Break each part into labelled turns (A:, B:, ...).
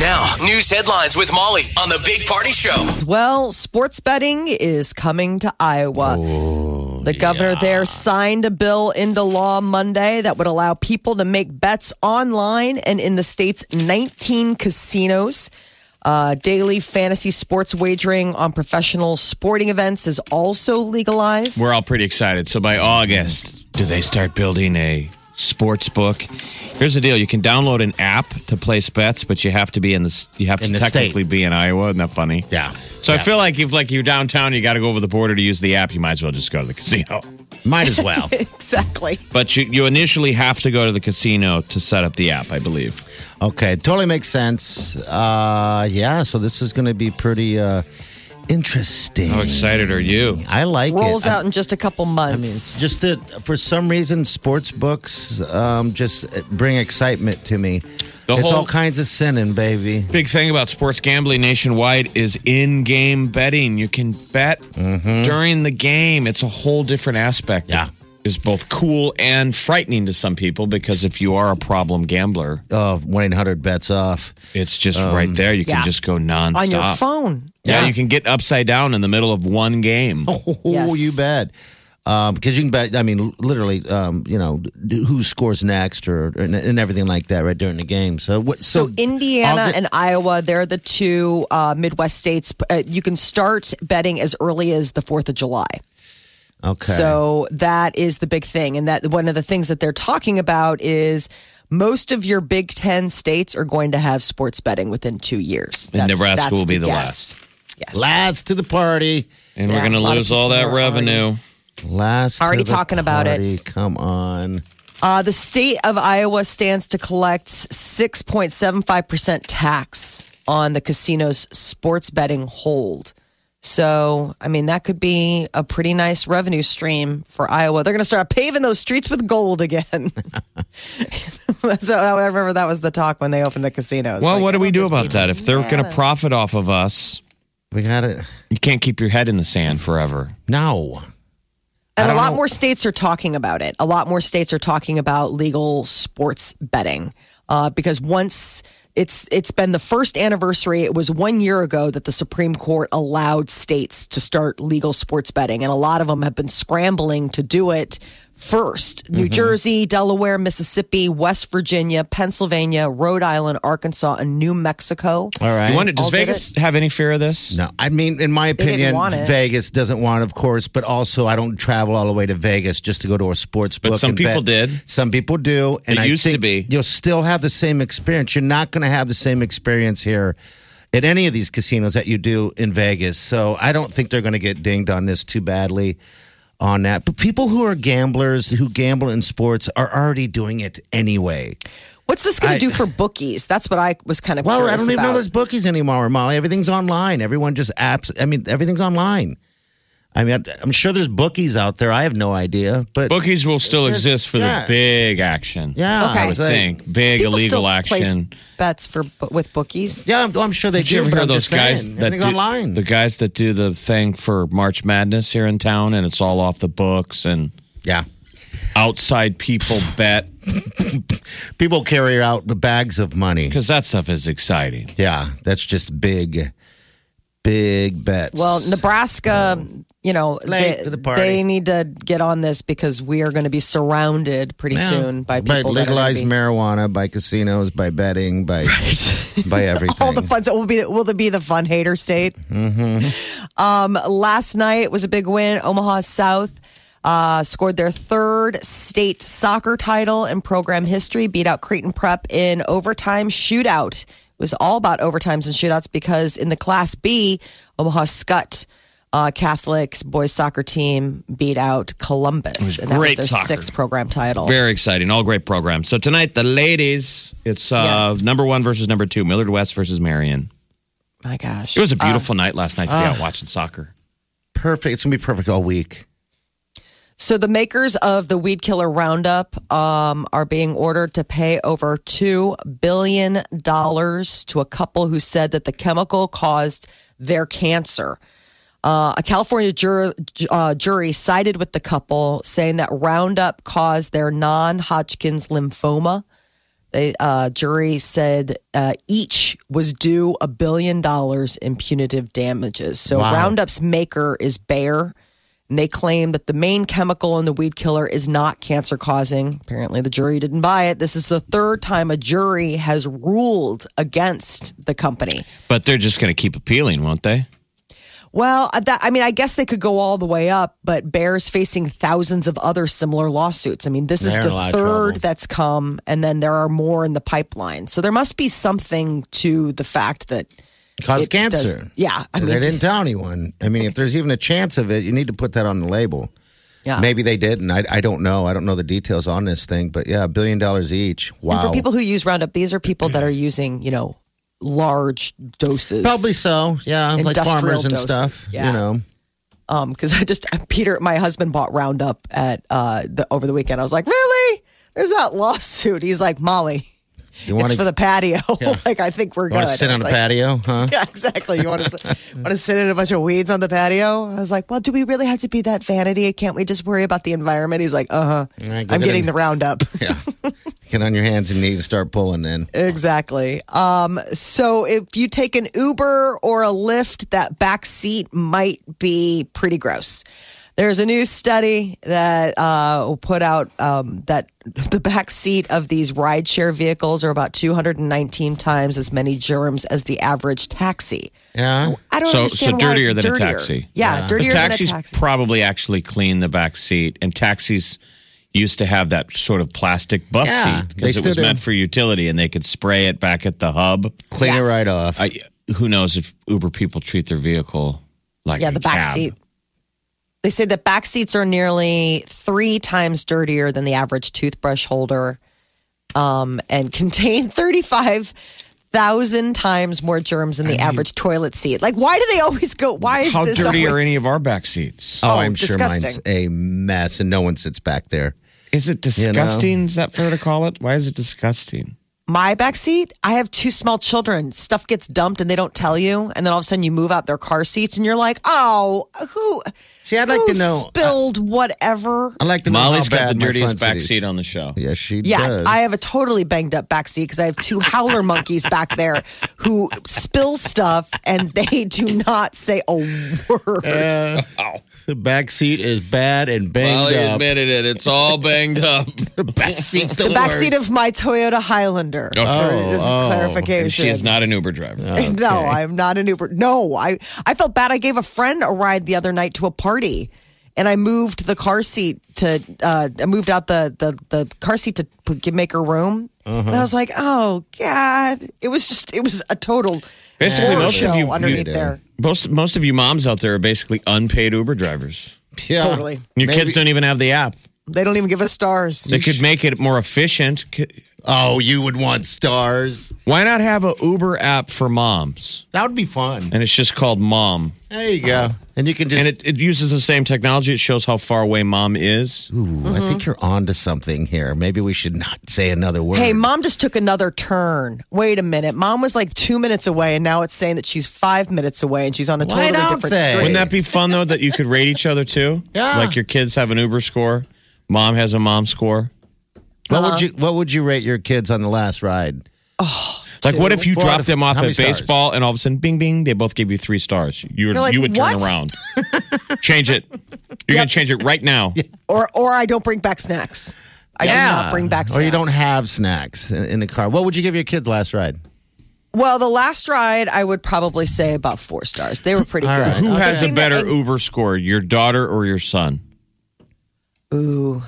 A: Now, news headlines with Molly on the Big Party Show.
B: Well, sports betting is coming to Iowa. the governor there signed a bill into law Monday that would allow people to make bets online and in the state's 19 casinos. Uh, daily fantasy sports wagering on professional sporting events is also legalized.
C: We're all pretty excited. So by August, do they start building a sports book? Here's the deal: you can download an app to place bets, but you have to be in the you have
D: In
C: to
D: the
C: technically
D: state.
C: be in Iowa. Isn't that funny?
D: Yeah.
C: So I
D: Yeah.
C: feel like if like you're downtown, you got to go over the border to use the app. You might as well just go to the casino.
D: Might as well.
B: exactly.
C: But you, you initially have to go to the casino to set up the app, I believe.
D: okay, totally makes sense. Uh, yeah, so this is going to be pretty uh, interesting.
C: How excited are you?
D: I like
B: Oh, Rolls
D: it.
B: out in just a couple months.
D: I mean, it's just that for some reason, sports books um, just bring excitement to me.
C: The
D: it's
C: whole-
D: all kinds of sinning, baby.
C: Big thing about sports gambling nationwide is in game betting. You can bet during the game. It's a whole different aspect.
D: Yeah.
C: Is both cool and frightening to some people because if you are a problem gambler,
D: Oh, 1 800 bets off.
C: it's just right there. You
B: yeah.
C: can just go nonstop.
B: on your phone.
C: Yeah,
D: Yeah.
C: you can get upside down in the middle of one game.
D: Oh,
B: Yes.
D: you bet. Um, because you can bet, I mean, literally, um, you know, d- who scores next or, or and everything like that right during the game. So, what, so,
B: So Indiana
D: August-
B: and Iowa, they're the two uh, Midwest states. Uh, you can start betting as early as the Fourth of July.
D: okay.
B: So that is the big thing, and that one of the things that they're talking about is most of your Big Ten states are going to have sports betting within two years.
C: And Nebraska will be the
B: guess. Yes.
D: last to the party.
C: And we're
B: Yeah,
C: going
B: a
C: to
B: lot of
C: lose all
B: people
C: that
B: are already-
C: revenue.
D: Last to
B: Already
D: the
B: talking about it.
D: party. Come on.
B: Uh, the state of Iowa stands to collect 6.75% tax on the casino's sports betting hold. So, I mean, that could be a pretty nice revenue stream for Iowa. They're going to start paving those streets with gold again. That's how I remember that was the talk when they opened the casinos.
C: Well,
B: Like,
C: what do we do about that? If they're going to profit off of us,
D: We got it.
C: you can't keep your head in the sand forever.
D: No.
B: And a
D: don't
B: lot
D: know-
B: more states are talking about it. A lot more states are talking about legal sports betting uh, because once it's it's been the first anniversary. It was one year ago that the Supreme Court allowed states to start legal sports betting, and a lot of them have been scrambling to do it first.
D: Mm-hmm.
B: New Jersey, Delaware, Mississippi, West Virginia, Pennsylvania, Rhode Island, Arkansas, and New Mexico.
D: All right.
C: You wonder, does
B: All did
C: Vegas have any fear of this?
D: No, I mean, in my
B: didn't
D: opinion,
B: want it.
D: Vegas doesn't want, it, of course, but also I don't travel all the way to Vegas just to go to a sports book.
C: But some
D: and
C: people
D: bet.
C: did.
D: Some people do,
C: It
D: and I
C: used to
D: think
C: be.
D: You'll still have the same experience. You're not going to have the same experience here at any of these casinos that you do in Vegas. So I don't think they're going to get dinged on this too badly on that. But people who are gamblers who gamble in sports are already doing it anyway.
B: What's this going
D: I-
B: to do for bookies? That's what I was kind of
D: Well, I
B: curious
D: don't even know
B: about.
D: there's bookies anymore, Molly. Everything's online. Everyone just apps. I mean, everything's online. I mean, I'm- I'm sure there's bookies out there. I have no idea, but
C: Bookies will still
D: There's-
C: exist for
D: yeah.
C: the big action.
D: yeah,
B: Okay.
C: I would
D: it's like-
C: think. Big
B: People
C: illegal
B: still place
C: action.
B: bets for with bookies.
D: Yeah, I'm, I'm sure they
C: Did you
D: do.
C: ever
D: but
C: hear
D: I'm
C: those
D: just
C: guys
D: saying,
C: that
D: everything's
C: do,
D: online?
C: the guys that do the thing for March Madness here in town, and it's all off the books and
D: yeah,
C: outside people bet
D: people carry out the bags of money.
C: because that stuff is exciting.
D: Yeah, that's just big, big bets.
B: Well, Nebraska, you know,
D: Late
B: they,
D: to the party.
B: they need to get on this because we are going to be surrounded pretty
D: Yeah.
B: soon by
D: by
B: people that are gonna
D: legalized
B: be-
D: marijuana, by casinos, by betting, by by everything.
B: all the fun. So will be will it be the fun hater state?
C: Mm-hmm.
B: Um, last night it was a big win. Omaha South. Uh, scored their third state soccer title in program history, beat out Creighton Prep in overtime shootout. It was all about overtimes and shootouts because in the Class B, Omaha Scut uh, Catholics boys soccer team beat out Columbus. and that
C: great
B: was their
C: soccer.
B: sixth program title.
C: Very exciting. All great programs. So tonight, the ladies, it's uh, number one versus number two, Millard West versus Marion.
B: My gosh.
C: It was a beautiful night last night to be out watching soccer.
D: Perfect. It's gonna be perfect all week.
B: So the makers of the Weed Killer Roundup um, are being ordered to pay over two billion dollars to a couple who said that the chemical caused their cancer. Uh, a California jur- uh, jury sided with the couple, saying that Roundup caused their non-Hodgkin's lymphoma. The uh, jury said uh, each was due a billion dollars in punitive damages. So Roundup's maker is Bayer, and they claim that the main chemical in the weed killer is not cancer causing. Apparently, the jury didn't buy it. This is the third time a jury has ruled against the company.
C: But they're just going to keep appealing, won't they?
B: Well, uh, that, I mean, I guess they could go all the way up, but Bear's facing thousands of other similar lawsuits. I mean, this is
D: They're in a
B: the
D: lot of
B: third
D: trouble.
B: that's come, and then there are more in the pipeline. So there must be something to the fact that
D: Cause
B: it
D: cancer.
B: does- yeah, I
D: they
B: mean,
D: didn't tell anyone. I mean, if there's even a chance of it, you need to put that on the label.
B: yeah.
D: Maybe they didn't. I, I don't know. I don't know the details on this thing, but yeah, a billion dollars each. Wow.
B: And for people who use Roundup, these are people that are using, you know, large doses.
D: Mm-hmm. Probably so. Yeah, like
B: Industrial
D: farmers and
B: doses.
D: stuff.
B: Yeah.
D: You know.
B: because Um, I just Peter, my husband bought Roundup at uh, the over the weekend. I was like, really? There's that lawsuit. He's like, Molly,
D: You want
B: it's for the
D: to
B: patio. like I think we're good.
D: sit
B: I
D: on
B: was
D: a
B: like,
D: patio, huh?
B: Yeah, exactly. You want to want to sit in a bunch of weeds on the patio? I was like, well, do we really have to be that vanity? Can't we just worry about the environment? He's like, uh huh.
D: right, go
B: I'm
D: get
B: getting
D: in.
B: the Roundup.
D: Get on your hands and knees and start pulling then.
B: Exactly. Um, so if you take an Uber or a Lyft, that back seat might be pretty gross. There's a new study that uh, will put out um, that the back seat of these rideshare vehicles are about 219 times as many germs as the average taxi.
D: Yeah.
B: I don't
C: So-
B: understand
C: so
B: why
C: dirtier
B: it's
C: than a
B: dirtier.
C: taxi.
B: Yeah, dirtier than a
C: taxis
B: taxi.
C: probably actually clean the back seat, and taxis used to have that sort of plastic bus
D: Yeah,
C: seat
D: they
C: because it was
D: still do.
C: meant for utility, and they could spray it back at the hub.
D: Clean it right off.
C: I, who knows if Uber people treat their vehicle like
B: yeah,
C: a
B: the back
C: cab.
B: seat. They say the back seats are nearly three times dirtier than the average toothbrush holder, um, and contain thirty-five thousand times more germs than the average toilet seat. Like, why do they always go? Why is
C: How
B: this
C: dirty are
B: always-
C: any of our back seats?
D: oh,
B: oh,
D: I'm sure mine's
B: disgusting.
D: a mess and no one sits back there.
C: Is it disgusting? Is that fair to call it? Why is it disgusting?
B: my back seat, I have two small children. Stuff gets dumped and they don't tell you. And then all of a sudden you move out their car seats and you're like, oh, who?
D: See, I'd like
B: who
D: to know-
B: spilled whatever.
D: I like to know
C: Molly's
D: how
C: got the
D: bad my
C: dirtiest
D: front
C: back
D: is.
C: seat on the show.
D: Yes, she
B: Yeah,
D: does.
B: I have a totally banged up backseat because I have two howler monkeys back there who spill stuff and they do not say a word.
D: the back seat is bad and banged up.
C: it. It's all banged up.
D: the back seat's the,
B: the backseat
D: worst.
B: of my Toyota Highlander.
D: Oh,
B: this is
D: oh.
B: clarification.
C: And she is not an Uber driver.
B: No, I'm not an Uber. No, I, I felt bad. I gave a friend a ride the other night to a party and I moved the car seat to, uh, I moved out the, the, the car seat to put, give- make her room.
C: Uh-huh.
B: And I was like, oh, God. It was just, it was a total
C: Basically,
B: horror
C: most
B: show
C: of you,
B: underneath
C: you-
B: there.
C: most most of you moms out there are basically unpaid Uber drivers.
D: Yeah.
B: Totally.
C: Your
D: Maybe-
C: kids don't even have the app.
B: They don't even give us stars.
C: They could make it more efficient. C-
D: Oh, you would want stars.
C: Why not have a Uber app for moms?
D: That would be fun.
C: And it's just called Mom.
D: There you go. And you can just.
C: And it, it uses the same technology. It shows how far away mom is.
D: Ooh, I
B: Mm-hmm.
D: think you're onto something here. Maybe we should not say another word.
B: Hey, mom just took another turn. Wait a minute. Mom was like two minutes away, and now it's saying that she's five minutes away and she's on a
D: Why
B: totally
D: don't
B: different
D: they?
B: street.
C: Wouldn't that be fun though that you could rate each other too?
D: Yeah.
C: Like your kids have an Uber score, mom has a mom score.
D: what would you what would you rate your kids on the last ride?
C: Like what if you
D: Four out
C: dropped
D: of-
C: them off
D: how many
C: at
D: stars?
C: baseball and all of a sudden bing bing they both give you three stars. You would
B: You're like,
C: you would turn
B: "What?"
C: around. change it. You're gonna change it right now.
B: Or, or I don't bring back snacks. I do not bring back snacks.
D: Or you don't have snacks in, in the car. What would you give your kids last ride?
B: Well, the last ride, I would probably say about four stars. They were pretty good.
D: right.
C: Who
D: Okay.
C: has
B: The
C: a
B: thing that
C: better
B: I-
C: Uber score, your daughter or your son?
B: Ooh.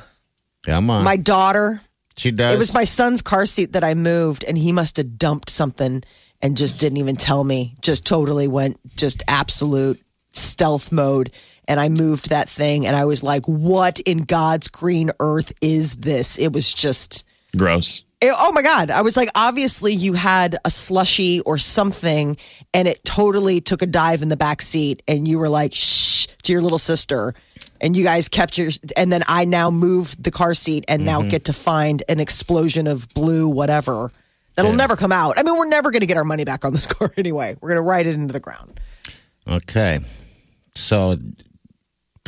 D: Come on.
B: My daughter.
D: she does.
B: It was my son's car seat that I moved, and he must have dumped something and just didn't even tell me. Just totally went just absolute stealth mode. And I moved that thing, and I was like, what in God's green earth is this? It was just,
C: Gross.
B: It- oh my God. I was like, obviously, you had a slushy or something, and it totally took a dive in the back seat, and you were like, shh, to your little sister. And you guys kept your, and then I now move the car seat and now
D: Mm-hmm.
B: get to find an explosion of blue, whatever. That'll never come out. I mean, we're never going to get our money back on this car anyway. We're going to ride it into the ground.
D: Okay. So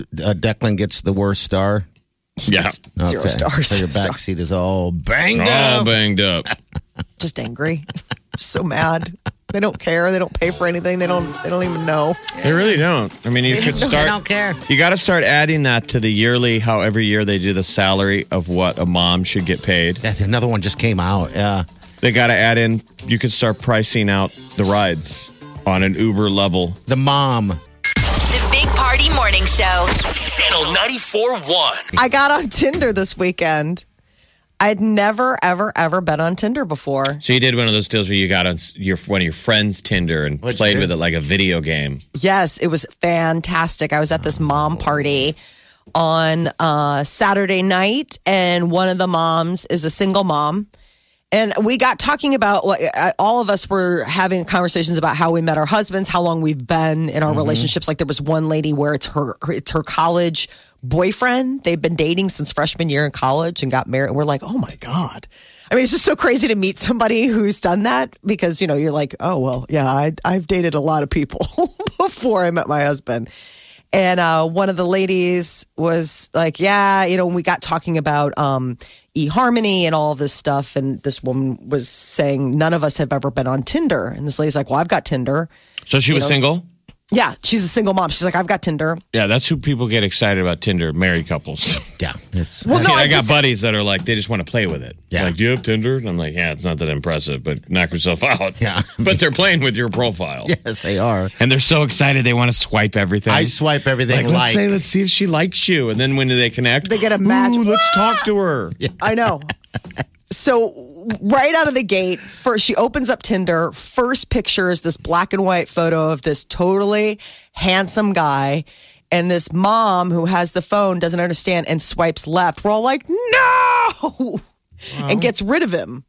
D: uh, Declan gets the worst star.
C: Yeah.
B: Zero
D: Okay.
B: stars.
D: So your
B: Sorry. Oh,
D: backseat is all banged
C: All
D: up.
C: banged up.
B: just angry, so mad. They don't care. They don't pay for anything. They don't. They don't even know.
C: They really don't. I mean, you could
D: don't-
C: start.
D: they don't care.
C: You got to start adding that to the yearly. How every year they do the salary of what a mom should get paid.
D: Yeah, another one just came out. Uh, Yeah.
C: They got to add in. You could start pricing out the rides on an Uber level.
D: The mom.
E: The Big Party Morning Show.
A: Channel 94.1.
B: I got on Tinder this weekend. I'd never, ever, ever been on Tinder before.
C: So you did one of those deals where you got on s- your one of your friends' Tinder and
D: What'd
C: played
D: you do?
C: with it like a video game.
B: Yes, it was fantastic. I was at this mom party on uh, Saturday night, and one of the moms is a single mom. And we got talking about like, I- all of us were having conversations about how we met our husbands, how long we've been in our relationships. Like there was one lady where it's her it's her college boyfriend. They've been dating since freshman year in college and got married. And we're like, oh my god. I mean, it's just so crazy to meet somebody who's done that because you know you're like, oh well, yeah, I, I've dated a lot of people before I met my husband. And uh, one of the ladies was like, "Yeah, you know." When we got talking about um, eHarmony and all this stuff, and this woman was saying, "None of us have ever been on Tinder." And this lady's like, "Well, I've got Tinder."
C: So she was single.
B: Yeah, she's a single mom. She's like, "I've got Tinder."
C: Yeah, that's who people get excited about Tinder. Married couples.
D: Yeah. It's
B: Well, no,
C: I,
B: I,
C: got
B: just-
C: buddies that are like they just want to play with it.
D: Yeah.
C: Like, do you have Tinder? And I'm like, yeah, it's not that impressive, but knock yourself out.
D: Yeah.
C: but they're playing with your profile.
D: yes, they are.
C: And they're so excited they want to swipe everything.
D: I swipe everything
C: like,
D: like,
C: let's say, let's see if she likes you. And then when do they connect?
B: They get a match.
C: Ooh, let's talk to her.
B: I know. So right out of the gate, first she opens up Tinder. First picture is this black and white photo of this totally handsome guy, and this mom who has the phone doesn't understand and swipes left. We're all like, no, and gets rid of him.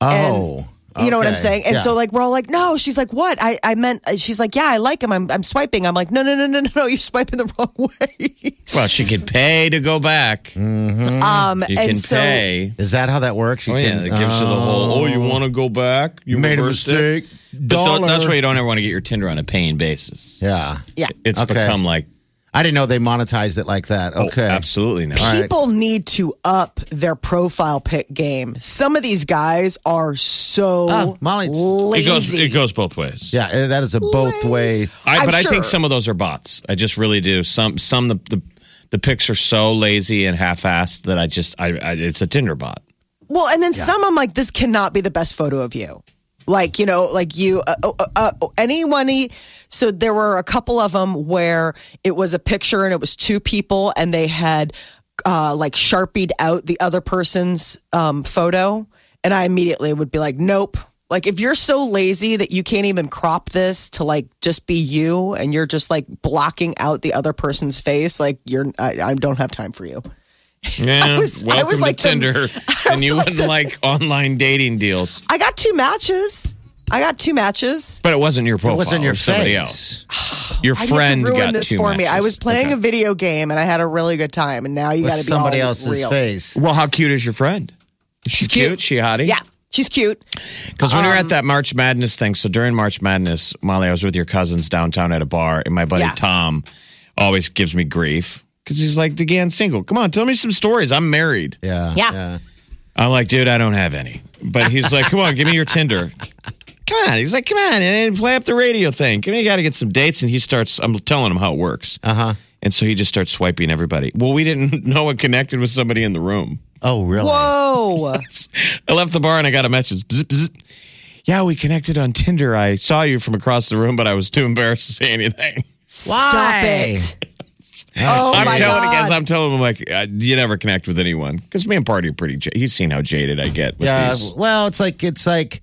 D: oh.
B: You know what I'm saying?
D: okay.
B: And
D: Yeah.
B: so like we're all like, no. She's like, what? I, I meant. uh, She's like, yeah, I like him. I'm I'm swiping. I'm like, no, no, no, no, no, no. You're swiping the wrong way.
C: Well, she could pay to go back.
B: Um,
C: You
B: and
C: can
B: so
C: pay.
D: Is that how that works? Mm. You
C: Oh, yeah.
D: can- uh,
C: It gives you the whole, oh, you want to go back? You
D: made a
C: reversed
D: mistake.
C: It. But th-
D: Dollar.
C: that's why you don't ever want to get your Tinder on a paying basis.
D: Yeah.
B: yeah.
C: It's
D: Okay.
C: become like,
D: I didn't know they monetized it like that.
C: oh,
D: Okay.
C: absolutely not.
B: People need to up their profile pic game. Some of these guys are so
D: Oh, Molly, it's-
C: Ah, It
B: lazy.
C: goes, it goes both ways.
D: Yeah, eh, that is a both way.
C: I,
B: I'm
C: but I think
B: sure.
C: some of those are bots. I just really do. Some some the the, the pics are so lazy and half-assed that I just I, I it's a Tinder bot.
B: Well, and then some I'm like, this cannot be the best photo of you. Like, you know, like you, uh, uh, uh, uh, anyone. e- So there were a couple of them where it was a picture and it was two people and they had uh, like sharpied out the other person's um, photo. And I immediately would be like, nope. Like, if you're so lazy that you can't even crop this to like just be you and you're just like blocking out the other person's face, like, you're, I, I don't have time for you.
C: Yeah,
B: was- I
C: welcome
B: was
C: to
B: like the-
C: Tinder,
B: I
C: and you
B: was like
C: wouldn't like online dating deals.
B: I got two matches. I got two matches.
C: But it wasn't your profile.
D: It wasn't
C: it
D: your
C: was somebody
D: face.
C: else. Your
B: I
C: friend
B: you have to
C: got
B: ruin this
C: two
B: for me. I
C: matches.
B: was playing
C: Okay.
B: a video game and I had a really good time, and now you got
D: With
B: to be
D: somebody
B: all
D: else's
B: real.
D: face.
C: Well, how cute is your friend? Is she
B: She's cute.
C: cute? She hottie?
B: Yeah, she's cute.
C: Because when we were at that March Madness thing, so during March Madness, Molly, I was with your cousins downtown at a bar, and my buddy
B: Yeah.
C: Tom always gives me grief because he's like, the Gan's single. Come on, tell me some stories. I'm married.
D: Yeah.
B: Yeah.
C: I'm like, dude, I don't have any. But he's like, come on, give me your Tinder. Come on. He's like, come on, and play up the radio thing. Give me, you got to get some dates. And he starts, I'm telling him how it works. Uh huh. And so he just starts swiping everybody. Well, we didn't know it connected with somebody in the room.
D: Oh, really?
B: Whoa.
C: I left the bar and I got a message. Bzz, bzz. Yeah, we connected on Tinder. I saw you from across the room, but I was too embarrassed to say anything.
B: Stop it. Oh
C: I'm
B: my
C: telling guys,
B: God.
C: I'm telling him like uh, you never connect with anyone because me and Party are pretty. J- He's seen how jaded I get with
D: Yeah.
C: these.
D: Well, it's like it's like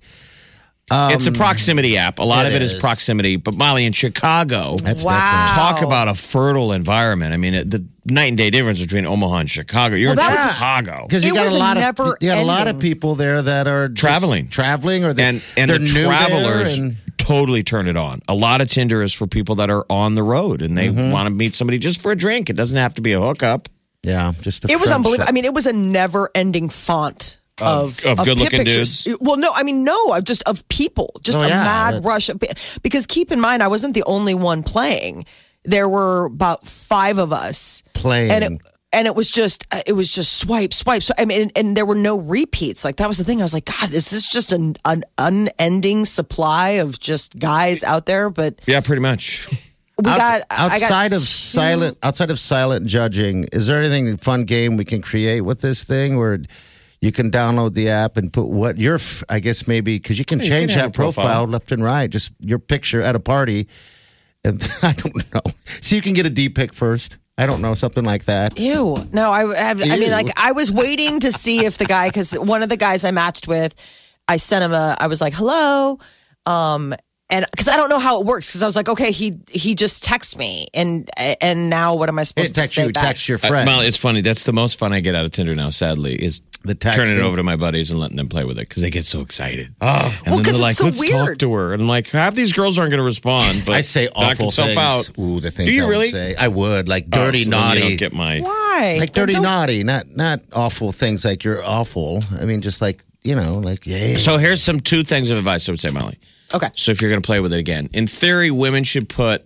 C: it's a proximity app. A lot
D: it
C: of it is.
D: is.
C: proximity. But Molly in Chicago,
D: That's
B: Wow.
C: talk about a fertile environment. I mean, it, the night and day difference between Omaha and Chicago. You're
B: Well, that
C: in
B: was-
C: Chicago.
D: Because you
B: It
D: got
B: was
D: a lot
B: never
D: of you got a lot of
B: ending.
D: people there that are just
C: Traveling.
D: traveling, or they,
C: and and
D: they're
C: the
D: new there
C: travelers
D: and-
C: totally turn it on. A lot of Tinder is for people that are on the road and they
D: Mm-hmm.
C: want to meet somebody just for a drink. It doesn't have to be a hookup.
D: yeah, just a
B: It was
D: friendship.
B: unbelievable. I mean, it was a never-ending font of,
C: Of- of good-looking
B: pic pictures. Well, no, I mean, no, of just of people, just
D: Oh,
B: a
D: yeah.
B: mad rush. Of, pe- because keep in mind, I wasn't the only one playing. There were about five of us
D: Playing.
B: and it, and it was just uh, it was just swipe, swipe. So I mean, and, and there were no repeats. Like that was the thing. I was like, God, is this just an, an unending supply of just guys out there? But
C: Yeah, pretty much.
B: we got
D: Out-
B: I got
D: outside
B: two-
D: of silent outside of silent judging is there anything fun game we can create with this thing where you can download the app and put what your f- i guess maybe because you can
C: you
D: change
C: can have
D: that
C: a profile.
D: profile left and right just your picture at a party and i don't know so you can get a d pic first i don't know something like that
B: Ew. No, I, I, I mean,
D: Ew.
B: like, I was waiting to see if the guy, because one of the guys I matched with, I sent him a, I was like, hello. Um, and because I don't know how it works, because I was like, okay, he he just texts me, and and now what am I
D: it
B: supposed to
D: text
B: say
D: you
B: back?
D: text your
C: Uh,
D: friend
C: Well, it's funny. That's the most fun I get out of Tinder now. Sadly, is
D: The
C: turning it
D: texting. Oh.
C: over to my buddies and letting them play with it because they get so excited. and
B: Well,
C: then
B: 'cause
C: they're
B: it's
C: like,
B: so
C: "Let's talk
B: weird."
C: to her," and I'm like, half these girls aren't going to respond. But
D: I say
C: knock
D: awful
C: yourself
D: things.
C: out.
D: Ooh, the things
C: Do you
D: I
C: really?
D: would say. I would like
C: Oh,
D: dirty,
C: so then you
D: naughty.
C: don't get my.
B: Why?
D: like dirty
B: Don't-
D: naughty, not not awful things like you're awful. I mean, just like you know, like yeah.
C: So here's some two things of advice I would say, Molly.
B: Okay.
C: So if you're going to play with it again, in theory, women should put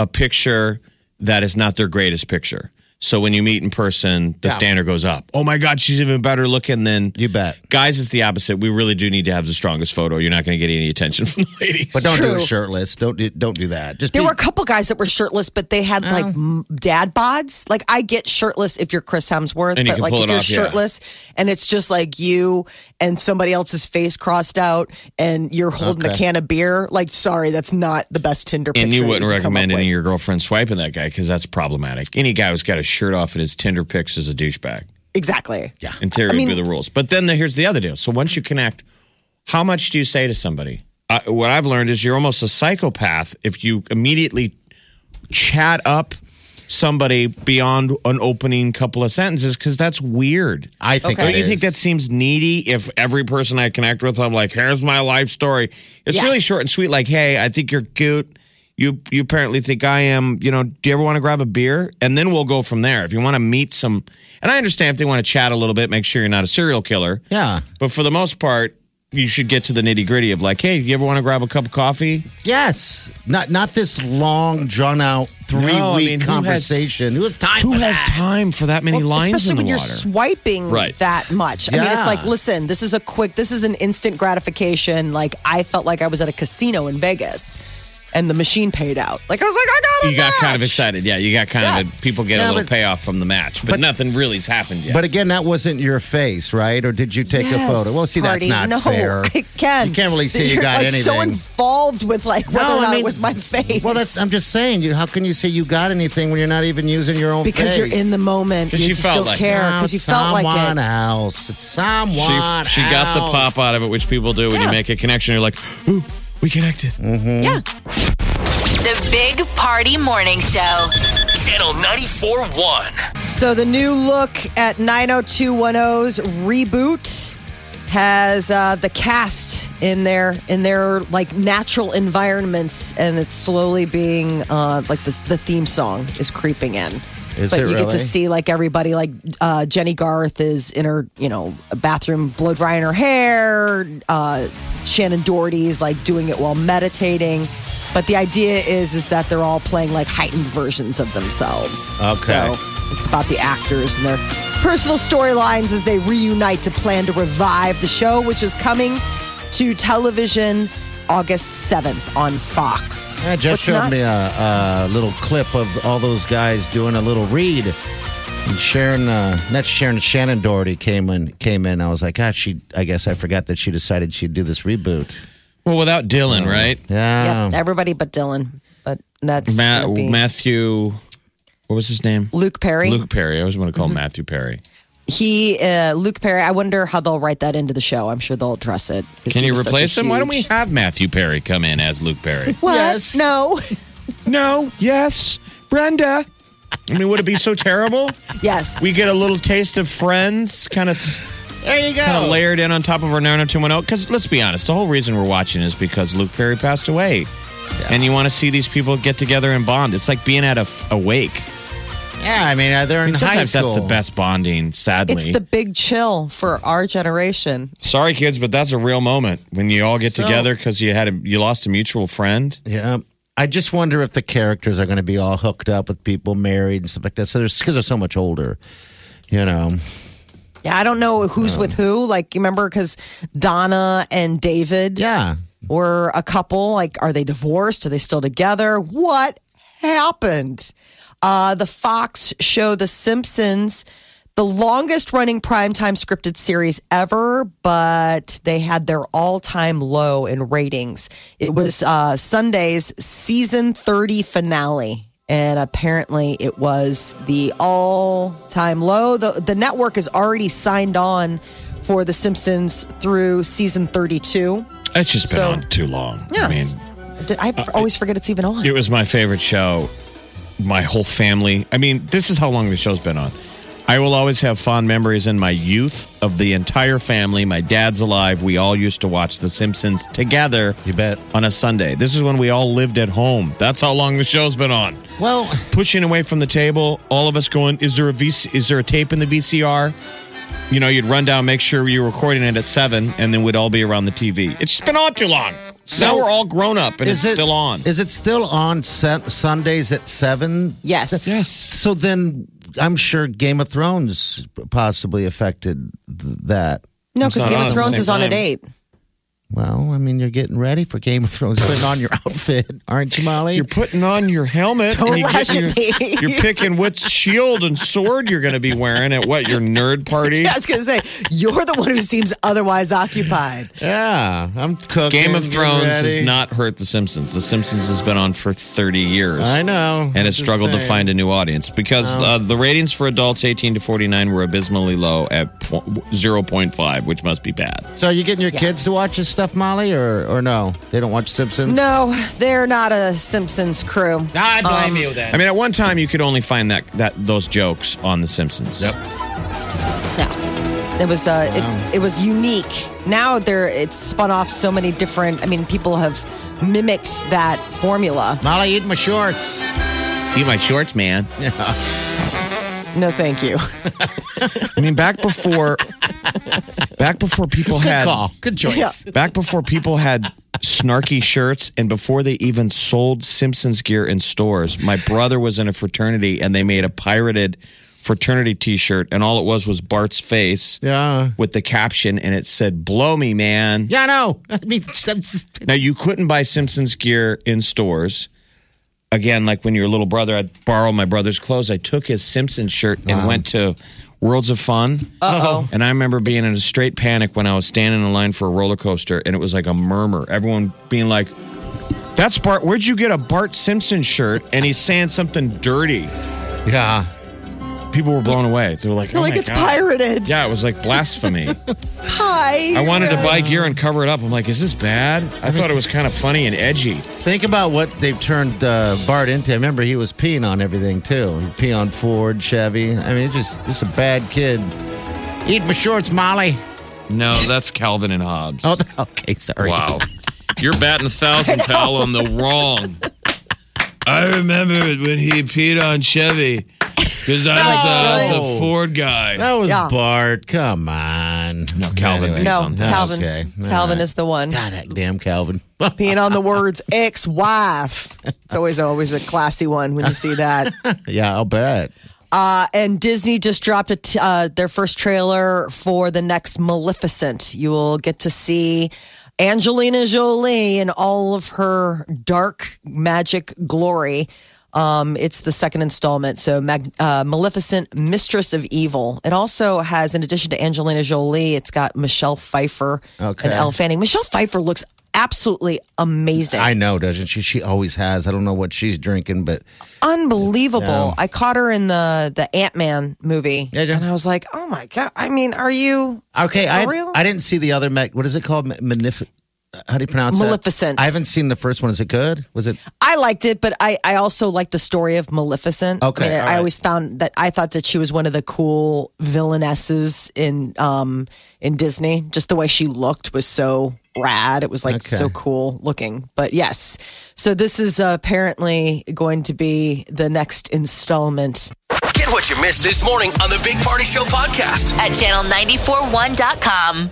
C: a picture that is not their greatest picture. So when you meet in person, the standard goes up. Oh my God, she's even better looking than
D: You bet.
C: Guys, it's the opposite. We really do need to have the strongest photo. You're not going to get any attention from the ladies.
D: But don't do
B: True.
D: it shirtless. Don't do, don't do that. Just
B: There
D: be,
B: were a couple guys that were shirtless, but they had
C: Oh.
B: like m- dad bods. Like I get shirtless if you're Chris Hemsworth,
C: And you
B: but
C: can
B: like
C: pull
B: if
C: it
B: you're
C: off, yeah.
B: shirtless and it's just like you and somebody else's face crossed out and you're holding a
D: Okay.
B: can of beer. Like, sorry, that's not the best Tinder. picture
C: and you
B: that
C: wouldn't
B: can come
C: recommend
B: up
C: any of
B: with.
C: your girlfriends swiping that guy because that's problematic. Any guy who's got his shirt off and his Tinder pics is a douchebag.
B: exactly. Yeah.
C: In theory,
B: I mean-
C: would be the rules. But then the, here's the other deal. So once you connect, how much do you say to somebody? I, what I've learned is you're almost a psychopath if you immediately chat up somebody beyond an opening couple of sentences because that's weird.
D: I think.
B: Okay.
D: it
C: Don't you think that
D: is.
C: seems needy if every person I connect with, I'm like, here's my life story? It's
B: Yes.
C: really short and sweet, like, hey, I think you're cute. You you apparently think I am, you know, do you ever want to grab a beer? And then we'll go from there. If you want to meet some and I understand if they want to chat a little bit, make sure you're not a serial killer.
D: Yeah.
C: But for the most part, you should get to the nitty gritty of like, hey, you ever want to grab a cup of coffee?
D: Yes. Not not this long, drawn out, three
C: No, I
D: week
C: mean, who has-
D: conversation. Who has, time?
C: Who
D: for
C: has
D: that?
C: time for that many
B: Well,
C: lines
B: Especially
C: in the
B: when you're
C: water?
B: swiping
C: Right.
B: that much. I mean, it's
D: Yeah.
B: like, listen, this is a quick, this is an instant gratification. Like, I felt like I was at a casino in Vegas and the machine paid out. Like, I was like, I got a
C: you got kind of
B: match.
C: excited. Yeah, you got kind
B: Yeah.
C: of people get
D: Yeah,
C: a little
D: but-
C: payoff from the match, but,
D: but-
C: nothing really's happened yet.
D: But again, that wasn't your face, right? Or did you take a photo? Well, see,
B: Hardy,
D: that's not
B: no,
D: fair.
B: I can.
D: You can't really see you
B: You're,
D: got
B: like,
D: anything.
B: So involved with like whether
D: No,
B: or
D: I
B: not
D: mean-
B: it was my face.
D: well, that's. I'm just saying. You, how can you say you got anything when you're not even using your own?
B: because you're
D: face?
B: in the moment. You
C: Because you
B: just
C: felt
B: don't
C: like it.
B: care
D: No,
B: because you felt like
D: someone
B: it.
D: else. It's someone
C: she, she got the
D: else.
C: pop out of it, which people do when you
B: Yeah.
C: make a connection. You're like, ooh, we connected.
B: Yeah.
E: The Big Party Morning Show.
A: Channel 94.1.
B: So the new look at 90210's reboot has uh, the cast in their in their like natural environments, and it's slowly being uh, like the, the theme song is creeping in.
D: Is
B: but
D: it
B: you get to
D: really?
B: see like everybody, like uh, Jenny Garth is in her, you know, bathroom blow drying her hair. Uh, Shannon Doherty is like doing it while meditating. But the idea is is that they're all playing like heightened versions of themselves.
D: Okay.
B: So it's about the actors and their personal storylines as they reunite to plan to revive the show, which is coming to television August 7th on Fox.
D: Yeah, Jeff
B: What's
D: showed
B: not-
D: me a, a little clip of all those guys doing a little read. And Sharon, uh, not Sharon, Shannon Doherty came in. Came in. I was like, God, she. I guess I forgot that she decided she'd do this reboot.
C: Well, without Dylan,
B: Oh,
C: right?
D: Yeah,
B: Yep, everybody but Dylan. But that's
C: Ma-
B: gonna be
C: Matthew, what was his name?
B: Luke Perry. Mm-hmm.
C: Luke Perry. I always want to call him Matthew Perry.
B: He, uh, Luke Perry, I wonder how they'll write that into the show. I'm sure they'll address it. 'cause
C: Can
B: he
C: you
B: was such a
C: replace him? Why don't we
B: huge-
C: have Matthew Perry come in as Luke Perry?
B: What?
D: Yes.
B: No.
C: no. Yes. Brenda. I mean, would it be so terrible?
B: yes.
C: We get a little taste of friends, kind of
D: There you go.
B: Oh.
C: kind of layered in on top of our 90210. Because let's be honest, the whole reason we're watching is because Luke Perry passed away. And you want to see these people get together and bond. It's like being at a, f- a wake.
D: Yeah, I mean, uh, they're in high
C: Sometimes
D: school.
C: that's the best bonding, sadly.
B: It's the big chill for our generation.
C: Sorry, kids, but that's a real moment when you all get
D: So-
C: together because you had a, you lost a mutual friend.
D: Yeah. I just wonder if the characters are going to be all hooked up with people married and stuff like that. So there's because they're so much older, you know.
B: Yeah, I don't know who's
C: Oh.
B: with who. Like, you remember because Donna and David
D: Yeah.
B: were a couple. Like, are they divorced? Are they still together? What happened? Uh, the Fox show The Simpsons, the longest running primetime scripted series ever, but they had their all time low in ratings. It was uh, Sunday's season 30 finale. And apparently, it was the all time low. The, the network is already signed on for The Simpsons through season 32.
C: It's just been
B: So-
C: on too long.
B: Yeah,
C: I mean, uh,
B: it's- I f- always forget it's even on.
C: it was my favorite show. My whole family. I mean, this is how long the show's been on. I will always have fond memories in my youth of the entire family. My dad's alive. We all used to watch The Simpsons together
D: You bet.
C: on a Sunday. This is when we all lived at home. That's how long the show's been on.
D: Well,
C: pushing away from the table. All of us going, is there a VC, is there a tape in the VCR? You know, you'd run down, make sure you're recording it at seven, and then we'd all be around the TV. It's just been on too long. now we're all grown up, and it's
D: is it
C: still on.
D: Is it still on set Sundays at seven?
B: Yes.
C: yes.
D: So then, I'm sure Game of Thrones possibly affected th- that.
B: No, because
C: not
B: Game
C: on
B: of
C: at the
B: Thrones
C: same
B: is on at
C: time.
B: eight.
D: Well, I mean, you're getting ready for Game of Thrones, putting on your outfit, aren't you, Molly?
C: You're putting on your helmet.
B: Don't
C: and you
B: lash
C: get
B: at me.
C: your, You're picking what shield and sword you're going to be wearing at what your nerd party.
B: I was going to say, you're the one who seems otherwise occupied.
D: yeah, I'm cooking.
C: Game of
D: getting
C: Thrones has
D: ready.
C: not hurt The Simpsons. The Simpsons has been on for 30 years.
D: I know,
C: and it struggled to find a new audience because
D: Oh.
C: uh, the ratings for adults 18 to 49 were abysmally low at po- 0.5, which must be bad.
D: So, are you getting your kids to watch this stuff, Molly, or or no? They don't watch Simpsons.
B: No, they're not a Simpsons crew.
D: I blame you then.
C: Um, I mean, at one time you could only find that that those jokes on The Simpsons. Yep.
B: No. It was uh, it, it was unique. Now there, it's spun off so many different. I mean, people have mimicked that formula.
D: Molly, eat my shorts.
C: Be my shorts, man.
B: No, thank you.
C: I mean, back before, back before people
D: Good
C: had
D: call. Good choice.
B: Yeah.
C: back before people had snarky shirts and before they even sold Simpsons gear in stores, my brother was in a fraternity and they made a pirated fraternity t-shirt and all it was was Bart's face
D: Yeah.
C: with the caption and it said blow me man.
D: Yeah, I know. I mean, I'm just-
C: Now you couldn't buy Simpsons gear in stores. Again, like when you were a little brother, I'd borrow my brother's clothes. I took his Simpsons shirt and went to Worlds of Fun. Uh oh. And I remember being in a straight panic when I was standing in line for a roller coaster and it was like a murmur. Everyone being like, That's Bart. Where'd you get a Bart Simpson shirt? And he's saying something dirty.
D: yeah.
C: People were blown away. They were like,
B: You're
C: oh
B: like
C: my
B: it's
C: God."
B: pirated.
C: Yeah, it was like blasphemy.
B: Hi.
C: I wanted to buy gear and cover it up. I'm like, is this bad? I thought it was kind of funny and edgy.
D: Think about what they've turned uh, Bart into. I remember he was peeing on everything too. He'd pee on Ford, Chevy. I mean, he's just just a bad kid. Eat my shorts, Molly.
C: No, that's Calvin and Hobbes.
D: Oh, okay, sorry.
C: wow. You're batting a thousand, pal, on the wrong. I remember when he peed on Chevy because I, was, uh, I was a Ford guy.
D: That was
B: Yeah.
D: Bart. Come on. No,
C: Calvin pees
B: No,
C: on
D: that.
B: Calvin.
D: Okay. All
B: Calvin
D: right.
B: is the one.
D: God, that damn Calvin.
B: Peeing on the words ex-wife. It's always always a classy one when you see that.
D: yeah, I'll bet.
B: Uh, and Disney just dropped a t- uh, their first trailer for the next Maleficent. You will get to see Angelina Jolie in all of her dark magic glory. Um, it's the second installment, so Mag- uh, Maleficent, Mistress of Evil. It also has, in addition to Angelina Jolie, it's got Michelle Pfeiffer
D: Okay.
B: and Elle Fanning. Michelle Pfeiffer looks absolutely amazing.
D: I know, doesn't she? She always has. I don't know what she's drinking, but
B: unbelievable. I caught her in the the Ant Man movie,
D: Yeah, yeah.
B: and I was like, "Oh my god!" I mean, are you
D: okay.
B: For
D: I
B: real?
D: I didn't see the other. Mac, what is it called? Ma- Manif- uh, how do you pronounce it?
B: Maleficent.
D: I haven't seen the first one. Is it good? Was it?
B: I liked it, but I, I also liked the story of Maleficent.
D: Okay,
B: I, mean,
D: all
B: I
D: right.
B: always found that I thought that she was one of the cool villainesses in um in Disney. Just the way she looked was so rad. It was like
D: Okay.
B: so cool looking. But yes, so this is apparently going to be the next installment.
A: Get what you missed this morning on the Big Party Show podcast.
E: at channel941.com.